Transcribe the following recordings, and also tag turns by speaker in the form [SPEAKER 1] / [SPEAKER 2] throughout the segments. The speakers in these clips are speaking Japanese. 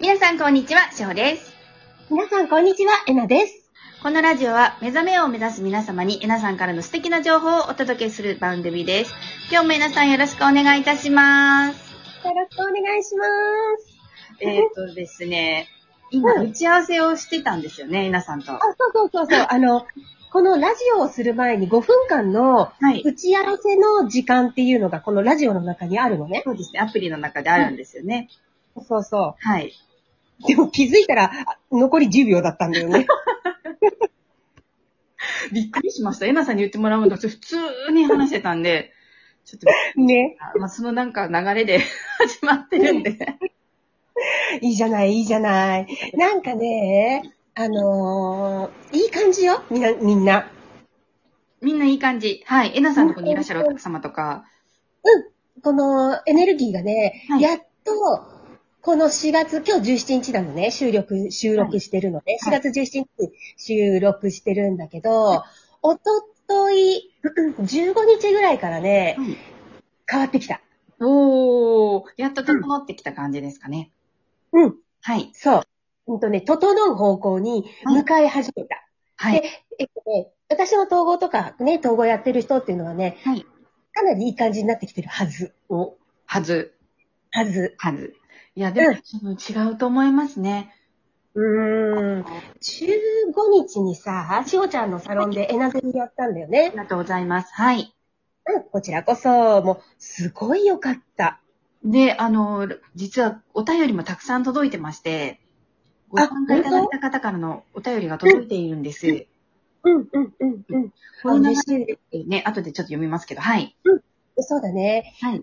[SPEAKER 1] 皆さんこんにちは、しほです。
[SPEAKER 2] 皆さん、こんにちは。えなです。
[SPEAKER 1] このラジオは目覚めを目指す皆様にえなさんからの素敵な情報をお届けする番組です。今日もえなさんよろしくお願いいたします。
[SPEAKER 2] よろしくお願いします。
[SPEAKER 1] えっ、とですね、今
[SPEAKER 2] うん
[SPEAKER 1] 打ち合わせをしてたんですよね、えなさんと
[SPEAKER 2] あ。、そうそうそう そう。あの、このラジオをする前に5分間の
[SPEAKER 1] はい。
[SPEAKER 2] 打ち合わせの時間っていうのがこのラジオの中にあるのね。
[SPEAKER 1] そうですね、アプリの中であるんですよね。
[SPEAKER 2] そうそ
[SPEAKER 1] はい。
[SPEAKER 2] う。でも気づいたらあ残り10秒だったんだよ ね。
[SPEAKER 1] びっくりしました。えなさんに言ってもらうのと普通に話してたんで、ちょっとびっくりしました
[SPEAKER 2] ね。
[SPEAKER 1] あまあ、そのなんか流れで 始まってるんで。
[SPEAKER 2] いいじゃない、いいじゃない。なんかね、あのーいい感じよ。みんな、みんな。
[SPEAKER 1] みんないい感じ。はい。えなさんのとこにいらっしゃるお客様とか。
[SPEAKER 2] このエネルギーがね、
[SPEAKER 1] はい
[SPEAKER 2] やっと、この4月、今日17日なのね、収録、収録してるのね、
[SPEAKER 1] はい
[SPEAKER 2] 4月17日収録してるんだけど、おととい、15日ぐらいからね、
[SPEAKER 1] はい
[SPEAKER 2] 変わってきた。
[SPEAKER 1] おー、やっと整ってきた感じですかね。
[SPEAKER 2] うん。
[SPEAKER 1] はい。
[SPEAKER 2] そう。ほんとね、整う方向に向かい始めた。
[SPEAKER 1] はい。
[SPEAKER 2] えっとね、私の統合とかね、統合やってる人っていうのはね、
[SPEAKER 1] はい
[SPEAKER 2] かなりいい感じになってきてるはず。
[SPEAKER 1] お、はず、
[SPEAKER 2] はず。
[SPEAKER 1] はず。いや、でも、
[SPEAKER 2] うん
[SPEAKER 1] 多分違うと思いますね。
[SPEAKER 2] うーん。15日にさ、しおちゃんのサロンでエナゼミやったんだよ
[SPEAKER 1] あり
[SPEAKER 2] ね。
[SPEAKER 1] がとうございます。はい。
[SPEAKER 2] うん、こちらこそ、もう、すごい良かった。
[SPEAKER 1] で、あの、実はお便りもたくさん届いてまして、ご参加いただいた方からのお便りが届いているんです。
[SPEAKER 2] うん、うん、うん、うん。
[SPEAKER 1] この
[SPEAKER 2] 嬉
[SPEAKER 1] 流
[SPEAKER 2] しい。
[SPEAKER 1] れでね、後でちょっと読みますけど、はい。
[SPEAKER 2] そうだね。
[SPEAKER 1] はい。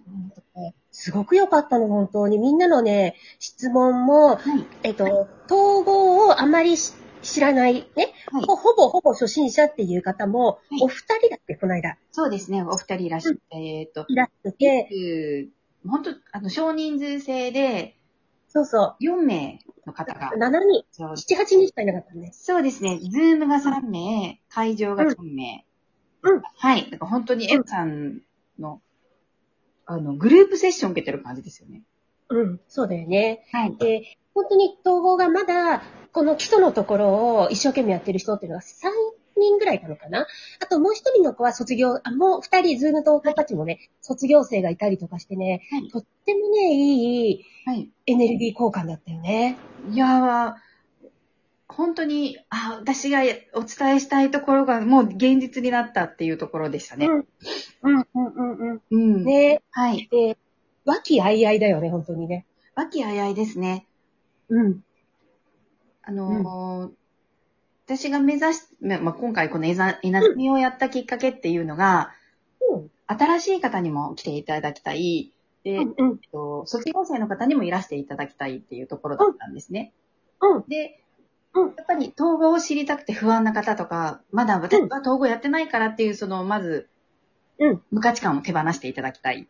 [SPEAKER 2] すごく良かったの、本当に。みんなのね、質問
[SPEAKER 1] は
[SPEAKER 2] も、
[SPEAKER 1] い。
[SPEAKER 2] えっと、統合をあまりし知らない、ね、
[SPEAKER 1] はい
[SPEAKER 2] ほほぼほぼ初心者っていう方も
[SPEAKER 1] はい、
[SPEAKER 2] お二人だって、この間、
[SPEAKER 1] そうですね、お二人いらっしゃって、えっと、
[SPEAKER 2] いらっしゃって、
[SPEAKER 1] 本当、あの、少人数制で、
[SPEAKER 2] そうそ
[SPEAKER 1] 4名の方が
[SPEAKER 2] う、、7人、
[SPEAKER 1] そう
[SPEAKER 2] 7、8人しかいなかったね。
[SPEAKER 1] そうですね、ズームが3名、会場が4名。
[SPEAKER 2] うん
[SPEAKER 1] はい。だから本当に M さんの、あの、グループセッション受けてる感じですよね。
[SPEAKER 2] うん、そうだよね。
[SPEAKER 1] はい。
[SPEAKER 2] で、本当に統合がまだ、この基礎のところを一生懸命やってる人っていうのが3人ぐらいいたのかなあともう1人の子は卒業、あもう2人、ズーム統合たちもね、卒業生がいたりとかしてね、
[SPEAKER 1] はい
[SPEAKER 2] とってもね、いい
[SPEAKER 1] はい。
[SPEAKER 2] エネルギー交換だったよね。
[SPEAKER 1] いやー、本当に、あ、私がお伝えしたいところが、もう現実になったっていうところでしたね。
[SPEAKER 2] うん、うん、うん、う
[SPEAKER 1] うん。
[SPEAKER 2] ね
[SPEAKER 1] はい。
[SPEAKER 2] で、和気あいあいだよね、本当にね。
[SPEAKER 1] 和気あいあいですね。
[SPEAKER 2] うん。
[SPEAKER 1] あのー私が目指し、ままあ、今回このエナエナゼミをやったきっかけっていうのが、
[SPEAKER 2] うん、
[SPEAKER 1] 新しい方にも来ていただきたい、で、えっ
[SPEAKER 2] うん、
[SPEAKER 1] と、卒業生の方にもいらしていただきたいっていうところだったんですね。
[SPEAKER 2] うん、
[SPEAKER 1] で、
[SPEAKER 2] うん
[SPEAKER 1] やっぱり統合を知りたくて不安な方とか、まだ私
[SPEAKER 2] う
[SPEAKER 1] は統合やってないからっていう、その、まず、
[SPEAKER 2] うん
[SPEAKER 1] 無価値観を手放していただきたい。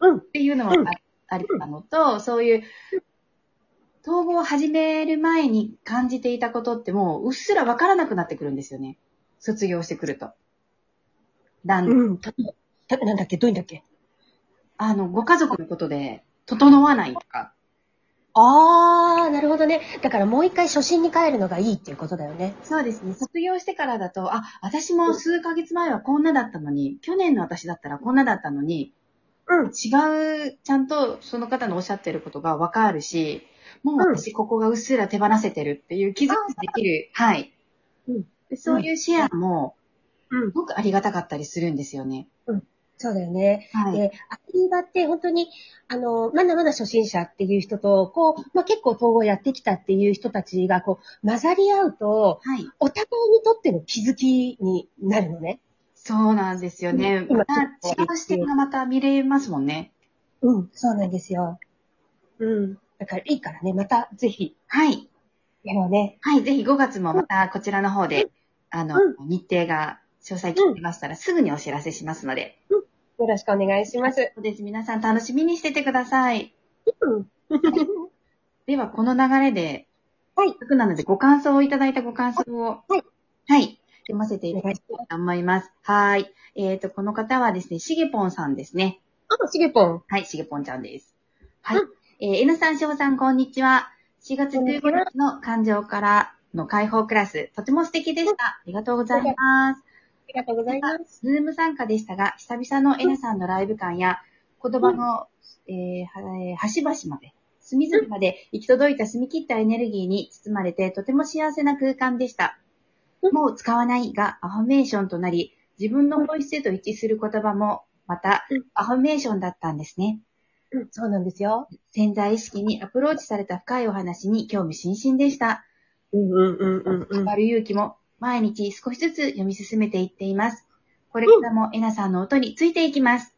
[SPEAKER 2] うん
[SPEAKER 1] っていうのは
[SPEAKER 2] うん
[SPEAKER 1] あありたのと、そういう、統合を始める前に感じていたことってもう、うっすらわからなくなってくるんですよね。卒業してくると。だんだん、
[SPEAKER 2] うん。たたなんだっけ、どういうんだっけ。
[SPEAKER 1] あの、ご家族のことで、整わないとか。
[SPEAKER 2] あー、なるほどね。だからもう一回初心に帰るのがいいっていうことだよね。
[SPEAKER 1] そうですね。卒業してからだと、あ、私も数ヶ月前はこんなだったのに、去年の私だったらこんなだったのに、
[SPEAKER 2] うん、
[SPEAKER 1] 違う、ちゃんとその方のおっしゃってることがわかるし、もう私ここがうっすら手放せてるっていう気づきができる。はい
[SPEAKER 2] うん。
[SPEAKER 1] でそういうシェアも、
[SPEAKER 2] うん
[SPEAKER 1] す。ごくありがたかったりするんですよね。
[SPEAKER 2] そうだよね。
[SPEAKER 1] はい。
[SPEAKER 2] で、アクリル板って本当に、あの、まだまだ初心者っていう人と、こう、まあ、結構統合やってきたっていう人たちが、こう、混ざり合うと、
[SPEAKER 1] はい。
[SPEAKER 2] お互いにとっての気づきになるのね。
[SPEAKER 1] そうなんですよね。
[SPEAKER 2] 今
[SPEAKER 1] また違う視点がまた見れますもんね。
[SPEAKER 2] うん、そうなんですよ。うん。だからいいからね、またぜひ、
[SPEAKER 1] はい。
[SPEAKER 2] やろうね。
[SPEAKER 1] はい、ぜひ5月もまたこちらの方で、あの、日程が詳細決めましたらすぐにお知らせしますので。
[SPEAKER 2] よろしくお願いします。
[SPEAKER 1] そうです。皆さん楽しみにしててください。
[SPEAKER 2] うん。
[SPEAKER 1] では、この流れで、
[SPEAKER 2] はい。
[SPEAKER 1] くなので、ご感想をいただいたご感想を、
[SPEAKER 2] はい。
[SPEAKER 1] はい。読ませていた
[SPEAKER 2] お
[SPEAKER 1] だ
[SPEAKER 2] 願い
[SPEAKER 1] き
[SPEAKER 2] します。
[SPEAKER 1] たいと思います。はい。えっ、と、この方はですね、しげぽんさんですね。
[SPEAKER 2] あ、しげぽん。
[SPEAKER 1] はい、しげぽんちゃんです。はい。
[SPEAKER 2] うん
[SPEAKER 1] えー、えなさん、しほさん、こんにちは。 4月15日の感情からの解放クラス、とても素敵でした。ありがとうございます。
[SPEAKER 2] りがとうございます。
[SPEAKER 1] ズーム参加でしたが、久々のエナさんのライブ感や、言葉の、えーはえー端々まで、隅々まで行き届いた澄み切ったエネルギーに包まれて、とても幸せな空間でした。
[SPEAKER 2] うん
[SPEAKER 1] もう使わないがアファメーションとなり、自分の本質へと一致する言葉も、また
[SPEAKER 2] うん、
[SPEAKER 1] アファメーションだったんですね。
[SPEAKER 2] うん、そうなんですよ。
[SPEAKER 1] 潜在意識にアプローチされた深いお話に興味津々でした。
[SPEAKER 2] うんうんうんう
[SPEAKER 1] 変わる勇気も毎日少しずつ読み進めていっています。これからもエナさんの音についていきます。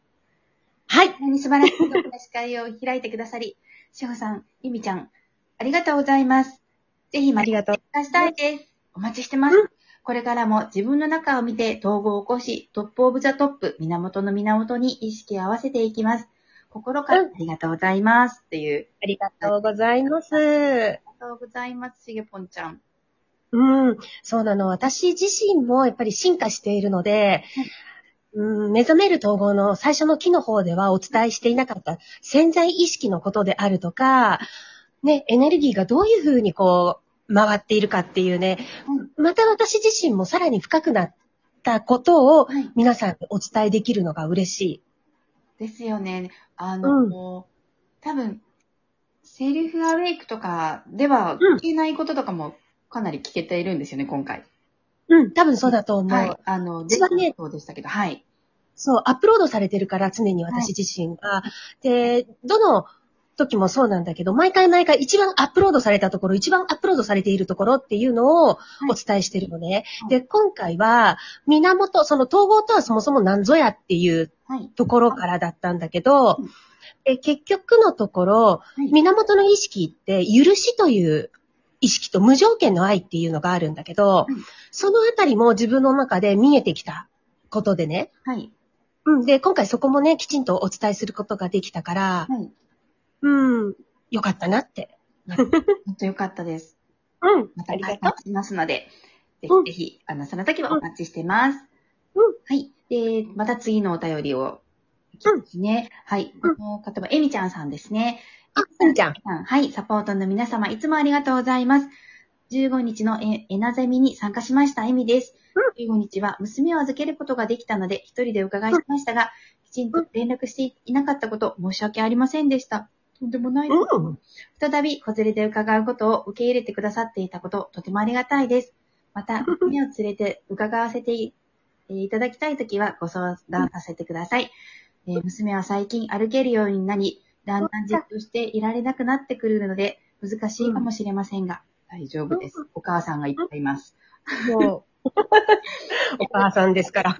[SPEAKER 2] はい。
[SPEAKER 1] こんなに素晴らしいお話し会を開いてくださり、しほさん、ゆみちゃん、ありがとうございます。ぜひ
[SPEAKER 2] あ
[SPEAKER 1] ま
[SPEAKER 2] り
[SPEAKER 1] た
[SPEAKER 2] がとう。
[SPEAKER 1] 参加したいです。お待ちしてます
[SPEAKER 2] うん。
[SPEAKER 1] これからも自分の中を見て統合を起こし、トップオブザトップ、源の源に意識を合わせていきます。心からありがとうございます。っていう。
[SPEAKER 2] ありがとうございます。
[SPEAKER 1] ありがとうございます、しげぽんちゃん。
[SPEAKER 2] うん、そうなの。私自身もやっぱり進化しているので、うん、目覚める統合の最初の木の方ではお伝えしていなかった潜在意識のことであるとか、ね、エネルギーがどういうふうにこう、回っているかっていうね、また私自身もさらに深くなったことを
[SPEAKER 1] はい。
[SPEAKER 2] 皆さんにお伝えできるのが嬉しい。
[SPEAKER 1] ですよね。あの、多分、セルフアウェイクとかでは
[SPEAKER 2] うん
[SPEAKER 1] 聞けないこととかもかなり聞けているんですよね、今回。
[SPEAKER 2] うん、多分そうだと思う。
[SPEAKER 1] はい。あの、
[SPEAKER 2] 一番ね
[SPEAKER 1] データもそうでしたけど、はい。
[SPEAKER 2] そう、アップロードされてるから、常に私自身が。で、どの時もそうなんだけど、毎回毎回一番アップロードされたところ、一番アップロードされているところっていうのを
[SPEAKER 1] い
[SPEAKER 2] お伝えしてるのね。
[SPEAKER 1] はい
[SPEAKER 2] で、今回は、源、その統合とはそもそも何ぞやっていう
[SPEAKER 1] はい。
[SPEAKER 2] ところからだったんだけど
[SPEAKER 1] うん、
[SPEAKER 2] え結局のところ、
[SPEAKER 1] はい
[SPEAKER 2] 源の意識って、許しという意識と無条件の愛っていうのがあるんだけど
[SPEAKER 1] い、
[SPEAKER 2] そのあたりも自分の中で見えてきたことでね、
[SPEAKER 1] はい。
[SPEAKER 2] うん。で、今回そこもね、きちんとお伝えすることができたから、
[SPEAKER 1] はい。
[SPEAKER 2] うん。よかったなって。
[SPEAKER 1] 本当よかったです。
[SPEAKER 2] うん。
[SPEAKER 1] また
[SPEAKER 2] あ
[SPEAKER 1] お
[SPEAKER 2] り
[SPEAKER 1] 願
[SPEAKER 2] が
[SPEAKER 1] い
[SPEAKER 2] とう。
[SPEAKER 1] しますので、ぜ
[SPEAKER 2] うん
[SPEAKER 1] ひぜひ、あの、その時はお待ちしてます。
[SPEAKER 2] うん
[SPEAKER 1] はい。で、また次のお便りを、ね。はい。
[SPEAKER 2] うん
[SPEAKER 1] この方は、えみちゃんさんですね。
[SPEAKER 2] あ、すみちゃん。
[SPEAKER 1] さんはい、サポートの皆様、いつもありがとうございます。15日のエエナゼミに参加しました、エミです。15日は娘を預けることができたので、一人でお伺いしましたが、きちんと連絡していなかったこと、申し訳ありませんでした。とんでもないです。
[SPEAKER 2] うん。
[SPEAKER 1] 再び、子連れで伺うことを受け入れてくださっていたこと、とてもありがたいです。また、娘を連れて伺わせていえーいただきたいときはご相談させてください。えー娘は最近歩けるようになり、だんだんじっとしていられなくなってくるので、難しいかもしれませんが、大丈夫です。お母さんがいっぱいいます。
[SPEAKER 2] もう、お母さんですから。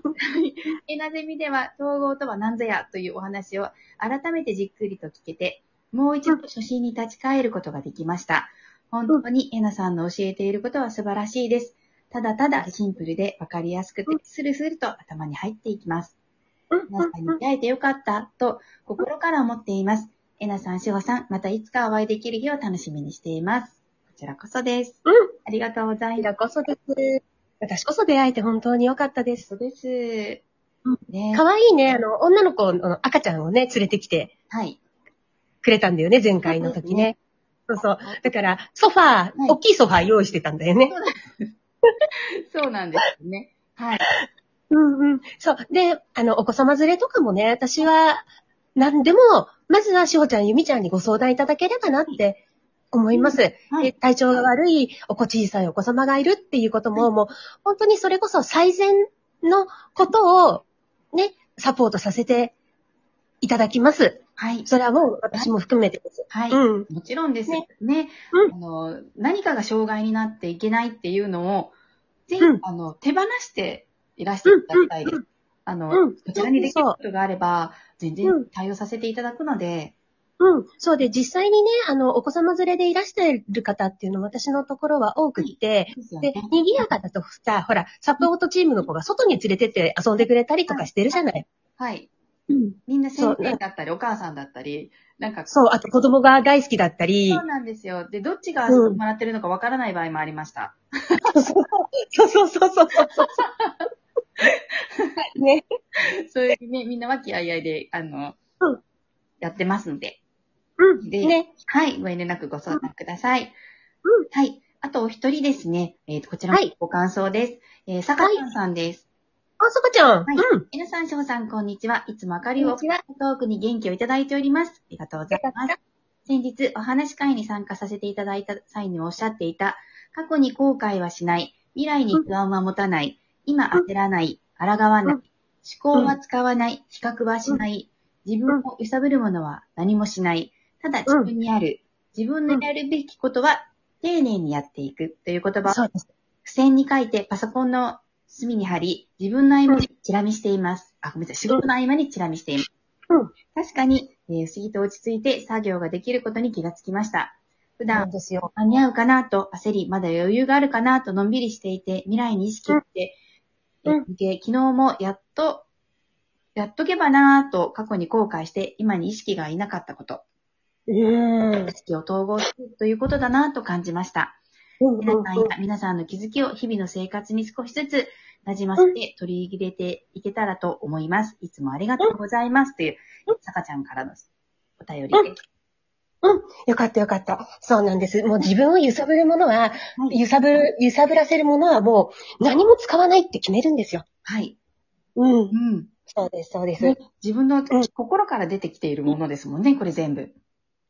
[SPEAKER 1] エナゼミでは、統合とは何ぞやというお話を改めてじっくりと聞けて、もう一度初心に立ち返ることができました。本当にエナさんの教えていることは素晴らしいです。ただただシンプルで分かりやすくて、スルスルと頭に入っていきます。
[SPEAKER 2] うん
[SPEAKER 1] 皆さんに出会えてよかったと心から思っています。えなさん、しほさん、またいつかお会いできる日を楽しみにしています。こちらこそです。
[SPEAKER 2] うん
[SPEAKER 1] ありがとうございます。
[SPEAKER 2] こちらこそです。私こそ出会えて本当に良かったです。
[SPEAKER 1] そうです。
[SPEAKER 2] うん
[SPEAKER 1] ね
[SPEAKER 2] 可愛いね、あの、女の子の赤ちゃんをね、連れてきて
[SPEAKER 1] はい。
[SPEAKER 2] くれたんだよね、前回の時ね。そうそう。だから、ソファー、
[SPEAKER 1] い
[SPEAKER 2] 大きいソファー用意してたんだよね。
[SPEAKER 1] そうなんですね。はい。
[SPEAKER 2] うんうん。そう。で、あの、お子様連れとかもね、私は、何でも、まずは、しほちゃん、ゆみちゃんにご相談いただければなって思います。
[SPEAKER 1] は
[SPEAKER 2] で
[SPEAKER 1] い。
[SPEAKER 2] 体調が悪い、お子小さいお子様がいるっていうことも、もう、本当にそれこそ最善のことを、ね、サポートさせていただきます。
[SPEAKER 1] はい。
[SPEAKER 2] それはもう、私も含めてです。
[SPEAKER 1] はい。
[SPEAKER 2] うん。
[SPEAKER 1] もちろんです。ね
[SPEAKER 2] ね。
[SPEAKER 1] あの、何かが障害になっていけないっていうのを、ぜひ、
[SPEAKER 2] うん
[SPEAKER 1] あの、手放していらしていただきたいです。あの、
[SPEAKER 2] うん
[SPEAKER 1] こちらにできる
[SPEAKER 2] そうそう
[SPEAKER 1] ことがあれば、全
[SPEAKER 2] う
[SPEAKER 1] 然
[SPEAKER 2] ん
[SPEAKER 1] 対応させていただくので、
[SPEAKER 2] うん。そうで、実際にね、あの、お子様連れでいらしてる方っていうの私のところは多くって、
[SPEAKER 1] ですよ
[SPEAKER 2] で
[SPEAKER 1] ね。、
[SPEAKER 2] 賑やかだとさ、ほら、サポートチームの子が外に連れてって遊んでくれたりとかしてるじゃない。
[SPEAKER 1] はい。
[SPEAKER 2] うん。
[SPEAKER 1] みんな先
[SPEAKER 2] そうな
[SPEAKER 1] 生だったり、お母さんだったり、なんか、そ
[SPEAKER 2] そう、あと子供が大好きだったり、
[SPEAKER 1] うなんですよ。で、どっちが遊んでもらってるのかわからない場合もありました。
[SPEAKER 2] そうそうそうそうそうそう。ね。
[SPEAKER 1] そういうね、みんな和気あいあいで、あの、
[SPEAKER 2] うん
[SPEAKER 1] やってますので、
[SPEAKER 2] うん。
[SPEAKER 1] で
[SPEAKER 2] ね。
[SPEAKER 1] はい、ご遠慮なくご相談ください。
[SPEAKER 2] うん
[SPEAKER 1] はい。あとお一人ですね。えーとこちらも
[SPEAKER 2] はい
[SPEAKER 1] ご感想です。えー、坂田さんです。
[SPEAKER 2] あ、そこちゃん。
[SPEAKER 1] はい
[SPEAKER 2] うん。
[SPEAKER 1] 皆さん、翔さん、こんにちは。いつも明るい
[SPEAKER 2] こん
[SPEAKER 1] お
[SPEAKER 2] にちは
[SPEAKER 1] トークに元気をいただいております。ありがとうございます。先日、お話し会に参加させていただいた際におっしゃっていた、過去に後悔はしない、未来に不安は持たない、今焦らない、抗わない、
[SPEAKER 2] うん
[SPEAKER 1] 思考は使わない、比較はしない、自分を揺さぶるものは何もしない、ただ自分にある、自分のやるべきことは丁寧にやっていくという言葉を
[SPEAKER 2] そうです。
[SPEAKER 1] 付箋に書いてパソコンの隅に貼り、自分の合間にチラ見しています。あ、ごめんなさい。仕事の合間にチラ見しています。
[SPEAKER 2] うん
[SPEAKER 1] 確かに、えー不思議と落ち着いて作業ができることに気がつきました。普
[SPEAKER 2] な
[SPEAKER 1] 段
[SPEAKER 2] ん、ですよ。
[SPEAKER 1] 間に合うかなと焦り、まだ余裕があるかなとのんびりしていて、未来に意識って、
[SPEAKER 2] うん
[SPEAKER 1] えー向け昨日もやっと、やっとけばなぁと過去に後悔して、今に意識がいなかったこと、
[SPEAKER 2] うーん。
[SPEAKER 1] 意識を統合するということだなぁと感じました。
[SPEAKER 2] うん
[SPEAKER 1] 皆さんや皆さんの気づきを日々の生活に少しずつなじませて取り入れていけたらと思います。いつもありがとうございます。という
[SPEAKER 2] うん、
[SPEAKER 1] さかちゃんからのお便りです。
[SPEAKER 2] よかったよかった。そうなんです。もう自分を揺さぶるもの
[SPEAKER 1] は
[SPEAKER 2] は、
[SPEAKER 1] い
[SPEAKER 2] 揺さぶる、揺さぶらせるものはもう何も使わないって決めるんですよ。
[SPEAKER 1] はい。
[SPEAKER 2] うん
[SPEAKER 1] う。ん。
[SPEAKER 2] そうです、そうです。
[SPEAKER 1] ね自分の
[SPEAKER 2] ん
[SPEAKER 1] 心から出てきているものですもんね、これ全部。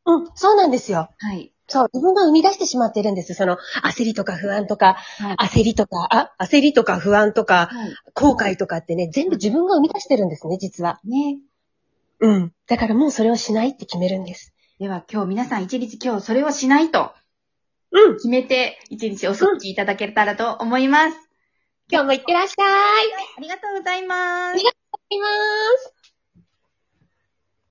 [SPEAKER 2] うん、そうなんですよ。
[SPEAKER 1] はい。
[SPEAKER 2] そう、自分が生み出してしまってるんです。その、焦りとか不安とか、
[SPEAKER 1] はい。
[SPEAKER 2] 焦りとか、あ、焦りとか不安とか、
[SPEAKER 1] はい
[SPEAKER 2] 後悔とかってね、全部自分が生み出してるんですね、実は。
[SPEAKER 1] ね。
[SPEAKER 2] うん。だからもうそれをしないって決めるんです。
[SPEAKER 1] では今日皆さん一日今日それをしないと
[SPEAKER 2] うん。
[SPEAKER 1] 決めて一日お過ごしいただけたらと思います。
[SPEAKER 2] 今日もいってらっしゃい。
[SPEAKER 1] ありがとうございます。
[SPEAKER 2] います。